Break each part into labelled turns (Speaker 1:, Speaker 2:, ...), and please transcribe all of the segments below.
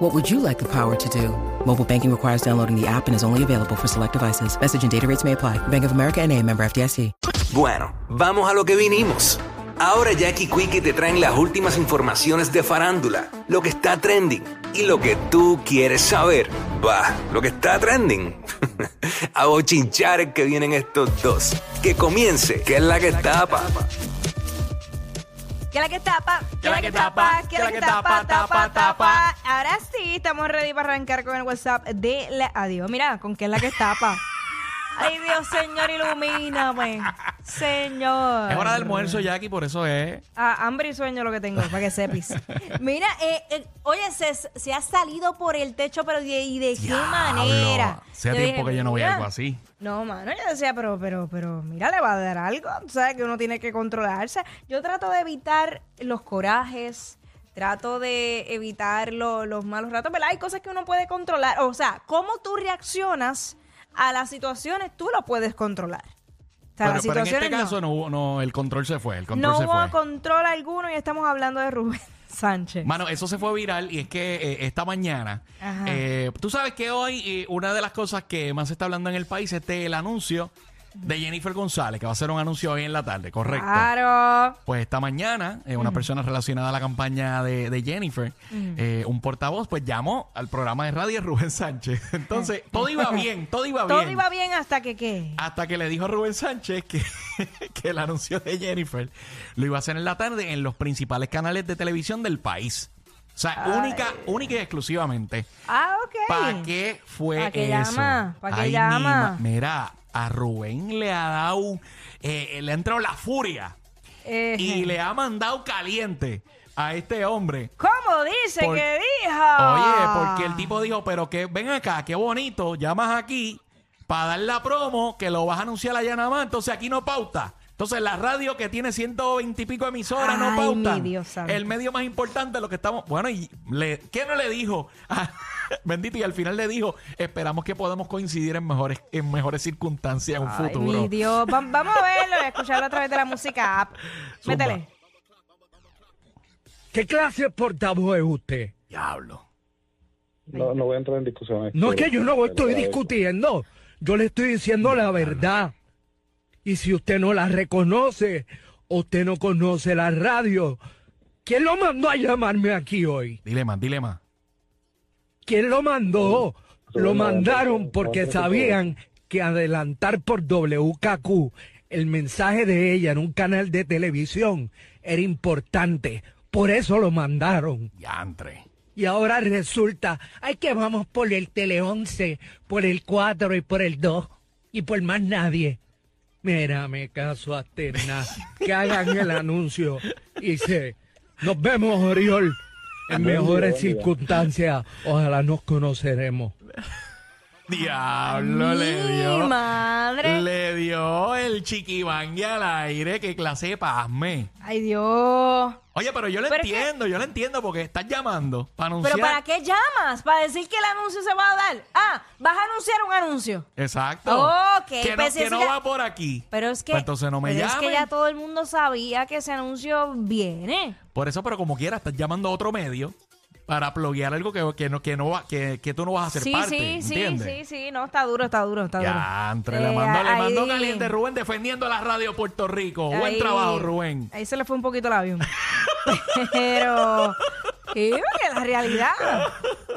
Speaker 1: What would you like the power to do? Mobile banking requires downloading the app and is only available for select devices. Message and data rates may apply. Bank of America and a member FDIC.
Speaker 2: Bueno, vamos a lo que vinimos. Ahora Jackie Quickie te traen las últimas informaciones de farándula, lo que está trending y lo que tú quieres saber. Va, lo que está trending. a bochinchar que vienen estos dos. Que comience, que es la que tapa.
Speaker 3: Que la que tapa, que la que tapa, que la que tapa, tapa, tapa. Ahora sí, estamos ready para arrancar con el WhatsApp de la. Adiós, mira, con que es la que tapa. Ay, Dios, Señor, ilumíname. Señor.
Speaker 4: Es hora de almuerzo, Jackie, por eso es.
Speaker 3: Ah, hambre y sueño lo que tengo, para que sepis.
Speaker 5: Mira, eh, eh, oye, se, se ha salido por el techo, pero de- ¿y de qué manera?
Speaker 4: Hace
Speaker 3: Yo
Speaker 4: tiempo
Speaker 3: dije,
Speaker 4: que yo no voy a
Speaker 3: mira.
Speaker 4: algo así.
Speaker 3: No, mano, yo decía, pero, pero, pero, mira, le va a dar algo. Tú sabes que uno tiene que controlarse. Yo trato de evitar los corajes, trato de evitar lo- los malos ratos, ¿verdad? Hay cosas que uno puede controlar. O sea, cómo tú reaccionas a las situaciones, tú lo puedes controlar. O sea,
Speaker 4: Pero,
Speaker 3: las
Speaker 4: pero en
Speaker 3: situaciones
Speaker 4: este caso no. hubo, no, el control se fue, el control
Speaker 3: no
Speaker 4: se
Speaker 3: hubo
Speaker 4: fue.
Speaker 3: control alguno y estamos hablando de Rubén Sánchez.
Speaker 4: Mano, eso se fue viral y es que eh, esta mañana,
Speaker 3: Ajá.
Speaker 4: eh, tú sabes que hoy eh, una de las cosas que más se está hablando en el país es del anuncio de Jennifer González, que va a hacer un anuncio hoy en la tarde, correcto.
Speaker 3: Claro.
Speaker 4: Pues esta mañana, eh, una persona relacionada a la campaña de, de Jennifer, eh, un portavoz, pues llamó al programa de radio Rubén Sánchez. Entonces, todo iba bien, todo iba bien. Ah,
Speaker 3: Todo iba bien hasta que qué.
Speaker 4: Hasta que le dijo a Rubén Sánchez que, que el anuncio de Jennifer lo iba a hacer en la tarde en los principales canales de televisión del país. O sea, única, única y exclusivamente.
Speaker 3: Ah, ok.
Speaker 4: ¿Para qué fue
Speaker 3: ¿Pa' qué
Speaker 4: eso?
Speaker 3: llama? ¿Pa' qué
Speaker 4: Ay, mi
Speaker 3: llama?
Speaker 4: ma- Mira, a Rubén le ha dado, eh, eh, le ha entrado la furia
Speaker 3: Eh,
Speaker 4: y le ha mandado caliente a este hombre.
Speaker 3: ¿Cómo dice
Speaker 4: Por-
Speaker 3: que dijo?
Speaker 4: Oye,
Speaker 3: Ah.
Speaker 4: porque el tipo dijo, pero que ven acá, qué bonito, llamas aquí para dar la promo, que lo vas a anunciar allá nada más, entonces aquí no pauta. Entonces la radio que tiene 120 y pico emisoras no
Speaker 3: Ay,
Speaker 4: pauta.
Speaker 3: mi Dios santo.
Speaker 4: El medio más importante lo que estamos... Bueno, ¿y le- qué no le dijo? Ah, Bendito, y al final le dijo, esperamos que podamos coincidir en mejores, en mejores circunstancias en un
Speaker 3: Ay,
Speaker 4: futuro.
Speaker 3: mi Dios. Va- vamos a verlo y a escucharlo a través de la música app.
Speaker 4: Zumba.
Speaker 3: Métele.
Speaker 6: ¿Qué clase de portavoz es usted?
Speaker 4: Diablo.
Speaker 7: No, no voy a entrar en discusiones.
Speaker 6: No es que yo no estoy
Speaker 7: Pero,
Speaker 6: discutiendo, yo le estoy diciendo la verdad. Y si usted no la reconoce, usted no conoce la radio. ¿Quién lo mandó a llamarme aquí hoy?
Speaker 4: Dile más, dile más.
Speaker 6: ¿Quién lo mandó? Lo
Speaker 7: no, no,
Speaker 6: mandaron
Speaker 7: no,
Speaker 6: porque
Speaker 7: no se puede.
Speaker 6: sabían que adelantar por WKQ el mensaje de ella en un canal de televisión era importante. Por eso lo mandaron.
Speaker 4: Yantre.
Speaker 6: Y ahora resulta, ay que vamos por el Tele 11, por el 4 y por el 2 y por más nadie. Mira, me caso a Terna, que hagan el anuncio y se, nos vemos Oriol, en
Speaker 7: Buen día,
Speaker 6: mejores
Speaker 7: buen día.
Speaker 6: circunstancias, ojalá nos conoceremos.
Speaker 4: Diablo le
Speaker 3: Mi
Speaker 4: dio.
Speaker 3: madre.
Speaker 4: Le dio el chiquibangue al aire. Qué clase de pasme.
Speaker 3: Ay, Dios.
Speaker 4: Oye, pero yo lo
Speaker 3: Pero es que-
Speaker 4: entiendo, yo lo entiendo porque estás llamando para anunciar.
Speaker 5: ¿Pero para qué llamas? ¿Para decir que el anuncio se va a dar? Ah, vas a anunciar un anuncio.
Speaker 4: Exacto.
Speaker 5: Ok,
Speaker 4: que no,
Speaker 5: pues
Speaker 4: que
Speaker 5: es
Speaker 4: no
Speaker 5: ya-
Speaker 4: va por aquí.
Speaker 5: Pero es que,
Speaker 4: Pues entonces no me
Speaker 5: pero es que
Speaker 4: llamen.
Speaker 5: ya todo el mundo sabía que ese anuncio viene.
Speaker 4: Por eso, pero como quiera, estás llamando a otro medio para pluguear algo que, que no, que, no va, que, que tú no vas a ser
Speaker 3: Sí,
Speaker 4: parte.
Speaker 3: sí, sí,
Speaker 4: ¿entiendes?
Speaker 3: sí, sí. No, está duro, está duro, está duro.
Speaker 4: Ya, entre
Speaker 3: Eh,
Speaker 4: le mandó, le
Speaker 3: ahí-
Speaker 4: mandó caliente Rubén defendiendo la radio Puerto Rico.
Speaker 3: Ahí-
Speaker 4: Buen trabajo, Rubén.
Speaker 3: Ahí se le fue un poquito el avión. Pero. Sí, porque la realidad.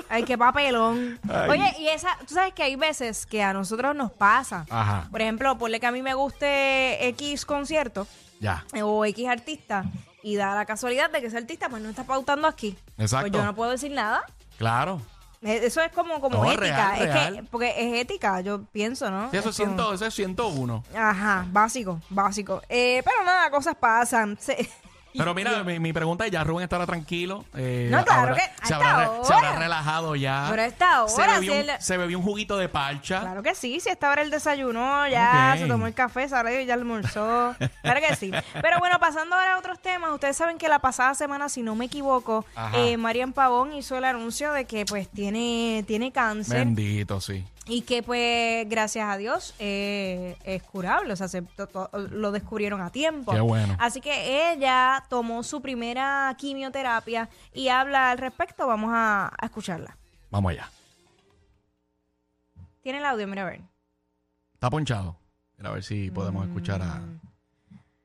Speaker 3: Ay, qué papelón.
Speaker 5: Oye, y esa, tú sabes que hay veces que a nosotros nos pasa.
Speaker 4: Ajá.
Speaker 5: Por ejemplo, ponle que a mí me guste X concierto
Speaker 4: Ya.
Speaker 5: eh, o X artista y da la casualidad de que ese artista pues no está pautando aquí.
Speaker 4: Exacto.
Speaker 5: Pues yo no puedo decir nada.
Speaker 4: Claro.
Speaker 5: Eh, Eso es como, como
Speaker 4: No,
Speaker 5: ética.
Speaker 4: real,
Speaker 5: es
Speaker 4: real.
Speaker 5: que, porque es ética, yo pienso, ¿no?
Speaker 4: Sí, eso, es
Speaker 5: Es como-
Speaker 4: 100, eso es 101.
Speaker 3: Ajá, básico, básico. Eh, pero nada, cosas pasan. Se-
Speaker 4: Pero mira, mi, mi pregunta es, ¿ya Rubén estará tranquilo? Eh,
Speaker 3: No, claro
Speaker 4: habrá-
Speaker 3: que a
Speaker 4: se
Speaker 3: esta
Speaker 4: habrá, re- se
Speaker 3: hora.
Speaker 4: habrá relajado ya.
Speaker 3: Pero a esta
Speaker 4: se
Speaker 3: hora,
Speaker 4: bebió,
Speaker 3: si
Speaker 4: un,
Speaker 3: él-
Speaker 4: se bebió un juguito de parcha.
Speaker 3: Claro que sí, si estaba el desayuno, ya
Speaker 4: Ok.
Speaker 3: se tomó el café, se habrá ido y ya almorzó. Claro que sí. Pero bueno, pasando ahora a otros temas, ustedes saben que la pasada semana, si no me equivoco,
Speaker 4: Ajá.
Speaker 3: eh, Marian Pavón hizo el anuncio de que pues tiene, tiene cáncer
Speaker 4: Bendito, sí.
Speaker 3: y que pues gracias a Dios eh, es curable, o sea, se- to- to- lo descubrieron a tiempo.
Speaker 4: Qué bueno.
Speaker 3: Así que ella tomó su primera quimioterapia y habla al respecto, vamos a, a escucharla.
Speaker 4: Vamos allá.
Speaker 3: Tiene el audio, mira a ver.
Speaker 4: Está ponchado. Mira, a ver si podemos escuchar a,
Speaker 3: Mm.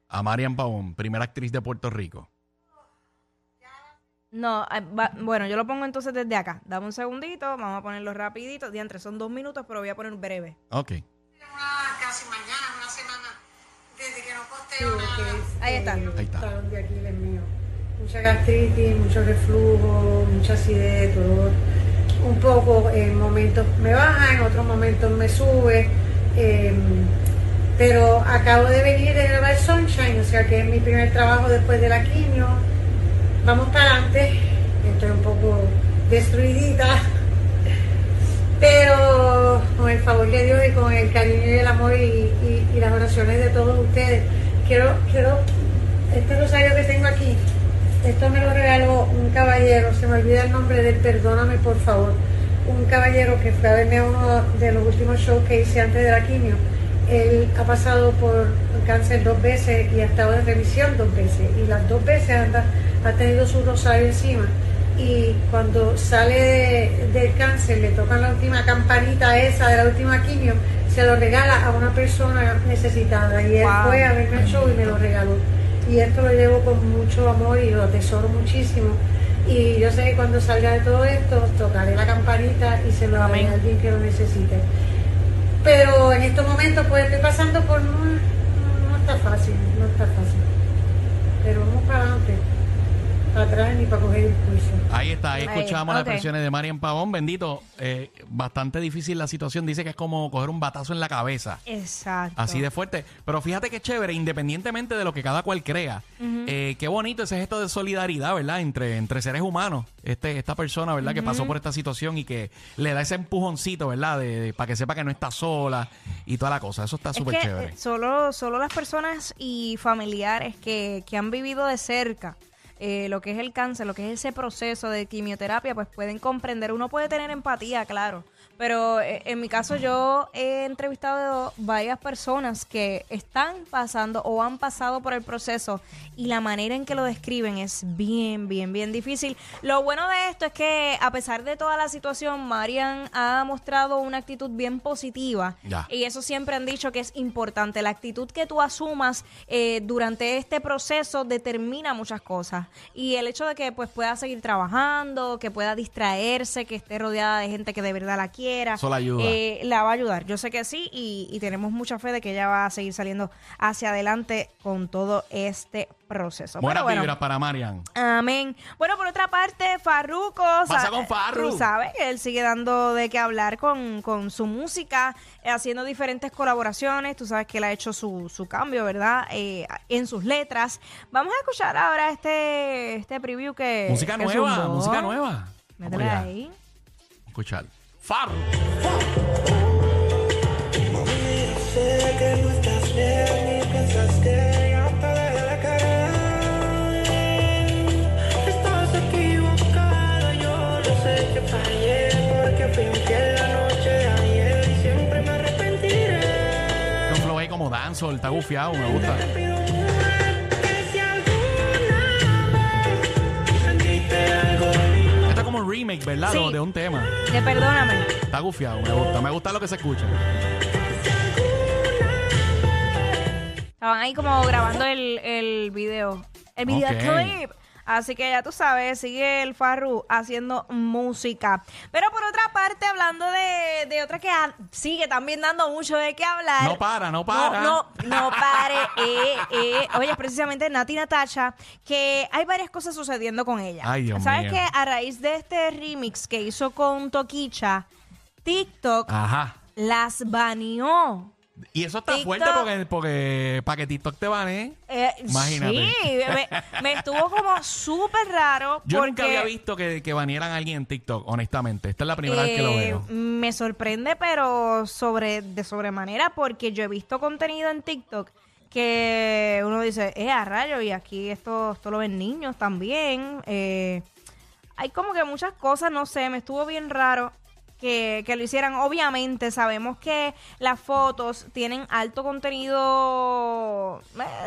Speaker 4: a Marian Pavón, primera actriz de Puerto Rico.
Speaker 3: No, eh, va- bueno, yo lo pongo entonces desde acá. Dame un segundito, vamos a ponerlo rapidito. Diantre, son dos minutos, pero voy a poner breve.
Speaker 4: Ok.
Speaker 8: una casi mañana, una semana, desde que no posteo nada.
Speaker 3: Ahí está.
Speaker 4: Ahí está.
Speaker 9: talón de Aquiles mío. Mucha gastritis, mucho reflujo, mucha acidez, dolor. Un poco en momentos me baja, en otros momentos me sube. eh, pero acabo de venir de grabar Sunshine, o sea que es mi primer trabajo después de la quimio. Vamos para adelante. Estoy un poco destruidita. Pero con el favor de Dios y con el cariño y el amor y, y- y las oraciones de todos ustedes, quiero, quiero, este rosario que tengo aquí, esto me lo regaló un caballero, se me olvida el nombre de él, perdóname por favor, un caballero que fue a verme a uno de los últimos shows que hice antes de la quimio. Él ha pasado por cáncer dos veces y ha estado en revisión dos veces y las dos veces anda, ha tenido su rosario encima y cuando sale de- del cáncer le tocan la última campanita esa de la última quimio, se lo regala a una persona necesitada y él
Speaker 3: Wow.
Speaker 9: fue a verme el show y me lo regaló y esto lo llevo con mucho amor y lo atesoro muchísimo y yo sé que cuando salga de todo esto tocaré la campanita y se lo daré a alguien que lo necesite pero en estos momentos pues estoy pasando por no, no está fácil, no está fácil. Pero vamos para adelante, para atrás ni para coger el pulso.
Speaker 4: Ahí está, ahí
Speaker 3: Ahí,
Speaker 4: escuchamos las
Speaker 3: ok.
Speaker 4: expresiones de Marian Pavón. Bendito, eh, bastante difícil la situación. Dice que es como coger un batazo en la cabeza.
Speaker 3: Exacto.
Speaker 4: Así de fuerte. Pero fíjate qué chévere, independientemente de lo que cada cual crea. eh, qué bonito ese gesto de solidaridad, ¿verdad? Entre, entre seres humanos. Este, esta persona, ¿verdad? Que pasó por esta situación y que le da ese empujoncito, ¿verdad? De, para que sepa que no está sola y toda la cosa. Eso está
Speaker 3: Es
Speaker 4: súper
Speaker 3: que,
Speaker 4: chévere.
Speaker 3: eh, solo, solo las personas y familiares que, que han vivido de cerca eh, lo que es el cáncer, lo que es ese proceso de quimioterapia, pues pueden comprender. Uno puede tener empatía, claro. Pero eh, en mi caso yo he entrevistado varias personas que están pasando o han pasado por el proceso y la manera en que lo describen es bien, bien, bien difícil. Lo bueno de esto es que a pesar de toda la situación, Marian ha mostrado una actitud bien positiva
Speaker 4: Ya.
Speaker 3: y eso siempre han dicho que es importante. La actitud que tú asumas eh, durante este proceso determina muchas cosas. Y el hecho de que pues pueda seguir trabajando, que pueda distraerse, que esté rodeada de gente que de verdad la quiera.
Speaker 4: Eso la ayuda.
Speaker 3: eh, la va a ayudar. Yo sé que sí y, y tenemos mucha fe de que ella va a seguir saliendo hacia adelante con todo este proceso.
Speaker 4: Buenas
Speaker 3: Pero bueno,
Speaker 4: vibras para Marian.
Speaker 3: Amén. Bueno, por otra parte, Farruko. sa-
Speaker 4: con Farru.
Speaker 3: Tú sabes que él sigue dando de qué hablar con, con su música, eh, haciendo diferentes colaboraciones. Tú sabes que él ha hecho su, su cambio, ¿verdad? Eh, en sus letras. Vamos a escuchar ahora este, este preview que.
Speaker 4: Música
Speaker 3: que
Speaker 4: nueva,
Speaker 3: zumbó.
Speaker 4: música nueva. Vamos
Speaker 3: Métela
Speaker 4: allá.
Speaker 3: ahí.
Speaker 4: Escuchar. Farro.
Speaker 10: Estás equivocada, yo lo sé que fallé porque fui infiel la noche de ayer y siempre me arrepentiré.
Speaker 4: Con flow ahí como danzo, está gufiado, me gusta.
Speaker 10: Te pido mujer que si alguna vez sentiste algo lindo,
Speaker 4: Esto es como un remake, ¿verdad?
Speaker 3: Sí.
Speaker 4: De- De un tema.
Speaker 3: De perdóname.
Speaker 4: Está gufiado, me gusta. Me gusta lo que se escucha.
Speaker 3: Estaban ahí como grabando el, el video. El
Speaker 4: Ok.
Speaker 3: videoclip. Así que ya tú sabes, sigue el Farru haciendo música. Pero por otra parte, hablando de, de otra que ha- sigue también dando mucho de qué hablar.
Speaker 4: No para, no para.
Speaker 3: No, no, no pare. eh, eh. Oye, precisamente Nati Natacha, que hay varias cosas sucediendo con ella.
Speaker 4: Ay, Dios
Speaker 3: ¿Sabes
Speaker 4: mío.
Speaker 3: que A raíz de este remix que
Speaker 4: Ah.
Speaker 3: hizo con Toquicha, TikTok
Speaker 4: Ajá.
Speaker 3: las baneó.
Speaker 4: Y eso está
Speaker 3: TikTok.
Speaker 4: fuerte porque, porque para que TikTok te bane.
Speaker 3: Eh,
Speaker 4: Imagínate.
Speaker 3: Sí, me, me estuvo como súper raro.
Speaker 4: Yo
Speaker 3: porque,
Speaker 4: nunca había visto que, que banieran a alguien en TikTok, honestamente. Esta es la primera vez que lo
Speaker 3: eh,
Speaker 4: veo.
Speaker 3: Me sorprende, pero sobre de sobremanera, porque yo he visto contenido en TikTok que uno dice, eh, a rayo, y aquí esto, esto lo ven niños también. eh, hay como que muchas cosas, no sé, me estuvo bien raro. Que, que lo hicieran, obviamente sabemos que las fotos tienen alto contenido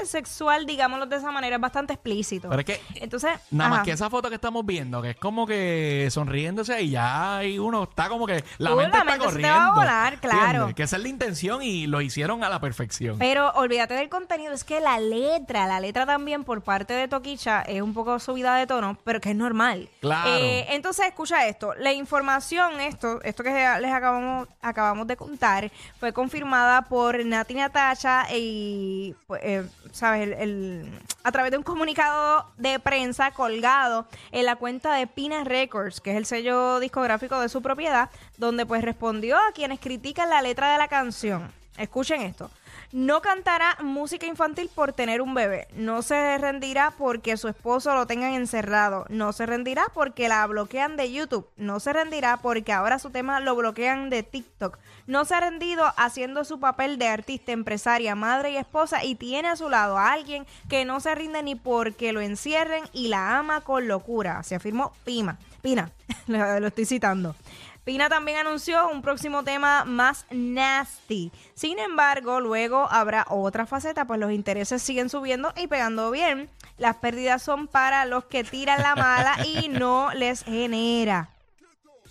Speaker 3: eh, sexual, digámoslo de esa manera, es bastante explícito.
Speaker 4: Pero es que
Speaker 3: Entonces,
Speaker 4: nada más
Speaker 3: ajá.
Speaker 4: que esa foto que estamos viendo, que es como que sonriéndose y ya y uno está como que la
Speaker 3: Uh,
Speaker 4: mente
Speaker 3: la
Speaker 4: está
Speaker 3: mente se te
Speaker 4: corriendo.
Speaker 3: va a volar, claro.
Speaker 4: ¿entiendes? Que esa es la intención y lo hicieron a la perfección.
Speaker 3: Pero olvídate del contenido, es que la letra, la letra también por parte de Toquicha es un poco subida de tono, pero que es normal.
Speaker 4: Claro.
Speaker 3: Eh, entonces, escucha esto, la información, esto, esto que les acabamos, acabamos de contar, fue confirmada por Nati Natacha y, pues, eh, ¿sabes? El- el- a través de un comunicado de prensa colgado en la cuenta de Pina Records, que es el sello discográfico de su propiedad, donde pues respondió a quienes critican la letra de la canción. Escuchen esto. No cantará música infantil por tener un bebé. No se rendirá porque su esposo lo tengan encerrado. No se rendirá porque la bloquean de YouTube. No se rendirá porque ahora su tema lo bloquean de TikTok. No se ha rendido haciendo su papel de artista, empresaria, madre y esposa y tiene a su lado a alguien que no se rinde ni porque lo encierren y la ama con locura. Se afirmó Pima. Pina, lo lo estoy citando. Pina también anunció un próximo tema más nasty. Sin embargo, luego habrá otra faceta, pues los intereses siguen subiendo y pegando bien. Las pérdidas son para los que tiran la mala y no les genera.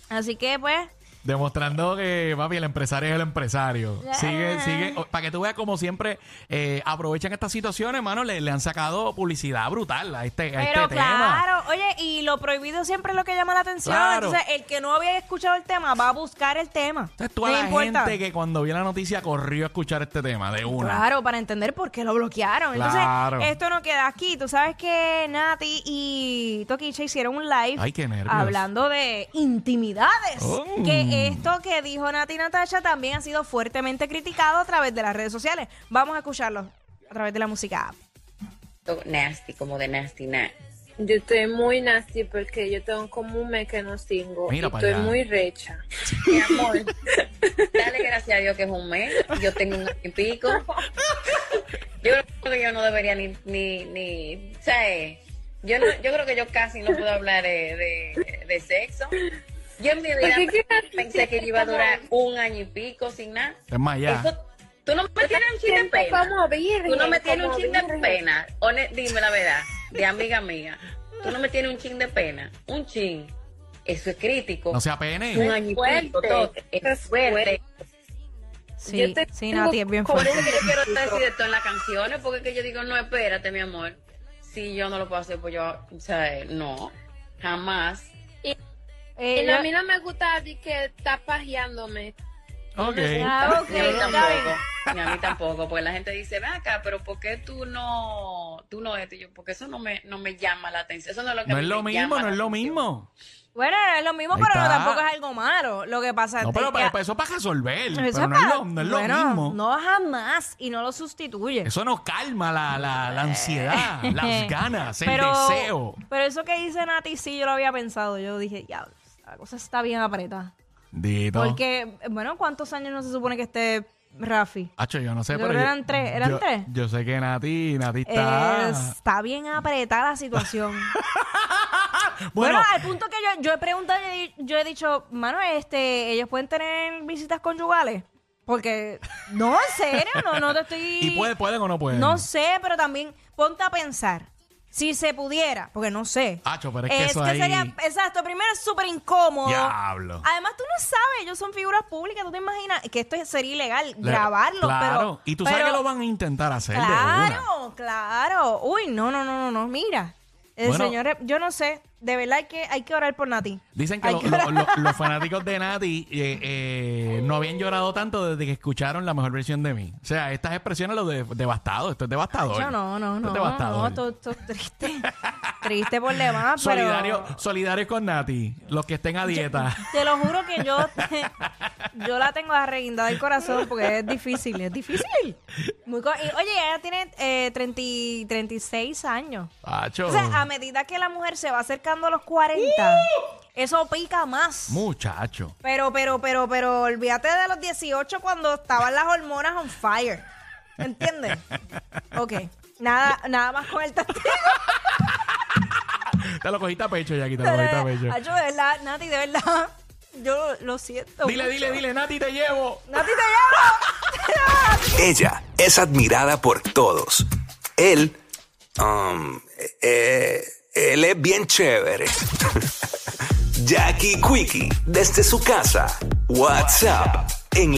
Speaker 3: Así que, pues,
Speaker 4: Demostrando que, papi, el empresario es el empresario.
Speaker 3: Ya.
Speaker 4: Sigue, sigue. o- Para que tú veas como siempre eh, aprovechan estas situaciones, hermano, le, le han sacado publicidad brutal a este, a
Speaker 3: pero
Speaker 4: este tema.
Speaker 3: claro, oye, y lo prohibido siempre es lo que llama la atención.
Speaker 4: Claro.
Speaker 3: Entonces, el que no había escuchado el tema va a buscar el tema.
Speaker 4: Entonces, toda
Speaker 3: No
Speaker 4: la
Speaker 3: importa.
Speaker 4: gente que cuando vio la noticia corrió a escuchar este tema de una.
Speaker 3: Claro, para entender por qué lo bloquearon. Entonces,
Speaker 4: Claro.
Speaker 3: esto no queda aquí. Tú sabes que Nati y Toquicha hicieron un live
Speaker 4: Ay, qué nervios.
Speaker 3: hablando de intimidades.
Speaker 4: Oh.
Speaker 3: Que esto que dijo Nati y Natasha también ha sido fuertemente criticado a través de las redes sociales. Vamos a escucharlo a través de la música app.
Speaker 11: nasty, como de nasty, na-
Speaker 12: Yo estoy muy nasty porque yo tengo como un mes que no singo
Speaker 11: Mira
Speaker 12: y
Speaker 11: pa'
Speaker 12: estoy
Speaker 11: allá.
Speaker 12: muy recha.
Speaker 11: Dale gracias a Dios que es un mes. Yo tengo un año y pico. Yo creo que yo no debería ni, ni, ni, ¿sabes? Yo, no, yo creo que yo casi no puedo hablar de, de- de sexo. Yo en mi vida
Speaker 12: Porque qué
Speaker 11: pensé que yo iba a durar un año y pico sin nada.
Speaker 4: Es más, ya.
Speaker 11: Eso- tú no me tienes un chiste de
Speaker 12: siento
Speaker 11: pena.
Speaker 12: como virgen,
Speaker 11: tú no me tienes un
Speaker 12: como
Speaker 11: chiste de
Speaker 12: virgen.
Speaker 11: pena. Hone- dime la verdad, de amiga mía. Tú no me tienes un chin de pena. Un chin. Eso es crítico.
Speaker 4: No sea pene.
Speaker 11: Un año y pico,
Speaker 12: Fuerte.
Speaker 11: todo. Es fuerte.
Speaker 3: Sí, sí, Nati, es bien
Speaker 11: Por
Speaker 3: fuerte.
Speaker 11: eso es que yo quiero decir esto en las canciones, porque es que yo digo, no, espérate, mi amor. Si yo no lo puedo hacer, pues yo, o sea, no, jamás.
Speaker 12: Y,
Speaker 11: Eh,
Speaker 12: y no,
Speaker 11: yo-
Speaker 12: a mí no me gusta di que está pajeándome.
Speaker 4: Ok.
Speaker 12: Ah, ok,
Speaker 11: Ni a mí
Speaker 12: está
Speaker 11: tampoco. Ni a mí tampoco, porque la gente dice, ven acá, pero ¿por qué tú no, tú no esto? Y yo, porque eso no me, no me llama la atención. Eso no es lo que
Speaker 4: No
Speaker 11: a mí
Speaker 4: es lo
Speaker 11: me
Speaker 4: mismo,
Speaker 11: llama
Speaker 4: no
Speaker 11: la
Speaker 4: es lo mismo.
Speaker 3: Bueno, es lo mismo,
Speaker 4: Ahí
Speaker 3: pero no,
Speaker 4: está.
Speaker 3: tampoco es algo malo. Lo que pasa
Speaker 4: No,
Speaker 3: es
Speaker 4: pero,
Speaker 3: que...
Speaker 4: pero eso es para resolver.
Speaker 3: Eso
Speaker 4: pero no
Speaker 3: pa-
Speaker 4: es lo, no es lo
Speaker 3: bueno,
Speaker 4: mismo.
Speaker 3: No jamás y no lo sustituye.
Speaker 4: Eso no calma la, la, la ansiedad, las ganas, el deseo.
Speaker 3: Pero eso que dice Nati, sí, yo lo había pensado. Yo dije, ya, la cosa está bien apretada.
Speaker 4: Dito.
Speaker 3: Porque, bueno, ¿cuántos años no se supone que esté Rafi?
Speaker 4: Hacho, yo no sé,
Speaker 3: Yo
Speaker 4: pero.
Speaker 3: creo
Speaker 4: yo-
Speaker 3: eran tres, eran
Speaker 4: yo-
Speaker 3: tres.
Speaker 4: Yo sé que Nati, Nati está.
Speaker 3: Eh, está bien apretada la situación. bueno,
Speaker 4: Bueno.
Speaker 3: al punto que yo, yo he preguntado, yo he di- yo he dicho, mano, este, ellos pueden tener visitas conyugales. Porque, no, en serio, no, no te estoy.
Speaker 4: ¿Y pueden, pueden o no pueden?
Speaker 3: No sé, pero también ponte a pensar. Si se pudiera, porque no sé.
Speaker 4: Hacho, pero es que eso ahí-
Speaker 3: sería, exacto, primero es súper incómodo.
Speaker 4: Diablo.
Speaker 3: Además, tú no sabes, ellos son figuras públicas, tú te imaginas que esto sería ilegal,
Speaker 4: Le-
Speaker 3: grabarlo,
Speaker 4: claro.
Speaker 3: pero...
Speaker 4: Y tú
Speaker 3: pero-
Speaker 4: sabes que lo van a intentar hacer. de una.
Speaker 3: Claro, claro. Uy, no, no, no, no, no, mira. El
Speaker 4: Bueno.
Speaker 3: señor, yo no sé. de verdad hay que hay que orar por Nati.
Speaker 4: Dicen que
Speaker 3: Hay
Speaker 4: lo-
Speaker 3: que
Speaker 4: lo-
Speaker 3: orar.
Speaker 4: lo- los fanáticos de Nati eh, eh, no habían llorado tanto desde que escucharon la mejor versión de mí. O sea, estas expresiones lo de devastado. Esto es devastador.
Speaker 3: Yo no, no,
Speaker 4: Esto
Speaker 3: no.
Speaker 4: es
Speaker 3: No,
Speaker 4: devastador.
Speaker 3: esto esto es triste. triste por demás, pero.
Speaker 4: Solidario, solidarios con Nati, los que estén a dieta.
Speaker 3: Te lo juro que yo, yo la tengo arreguindada del corazón porque es difícil, es difícil. Muy co- y, oye, ella tiene eh, 30 y 36 años.
Speaker 4: Pacho.
Speaker 3: O sea, a medida que la mujer se va acercando a los 40,
Speaker 4: Uh.
Speaker 3: eso pica más.
Speaker 4: Muchacho.
Speaker 3: Pero, pero, pero, pero, olvídate de los 18 cuando estaban las hormonas on fire. ¿Entiendes? Ok. Nada, nada más con el testigo.
Speaker 4: Te lo cogiste a pecho, Jackie. Te lo cogiste a pecho.
Speaker 3: Ay, yo de verdad, Nati, de verdad, yo lo siento.
Speaker 4: Dile,
Speaker 3: mucho.
Speaker 4: dile, dile, Nati, te llevo.
Speaker 3: Nati, te llamo.
Speaker 2: Ella es admirada por todos. Él, um, eh, él es bien chévere. Jackie Quickie, desde su casa. WhatsApp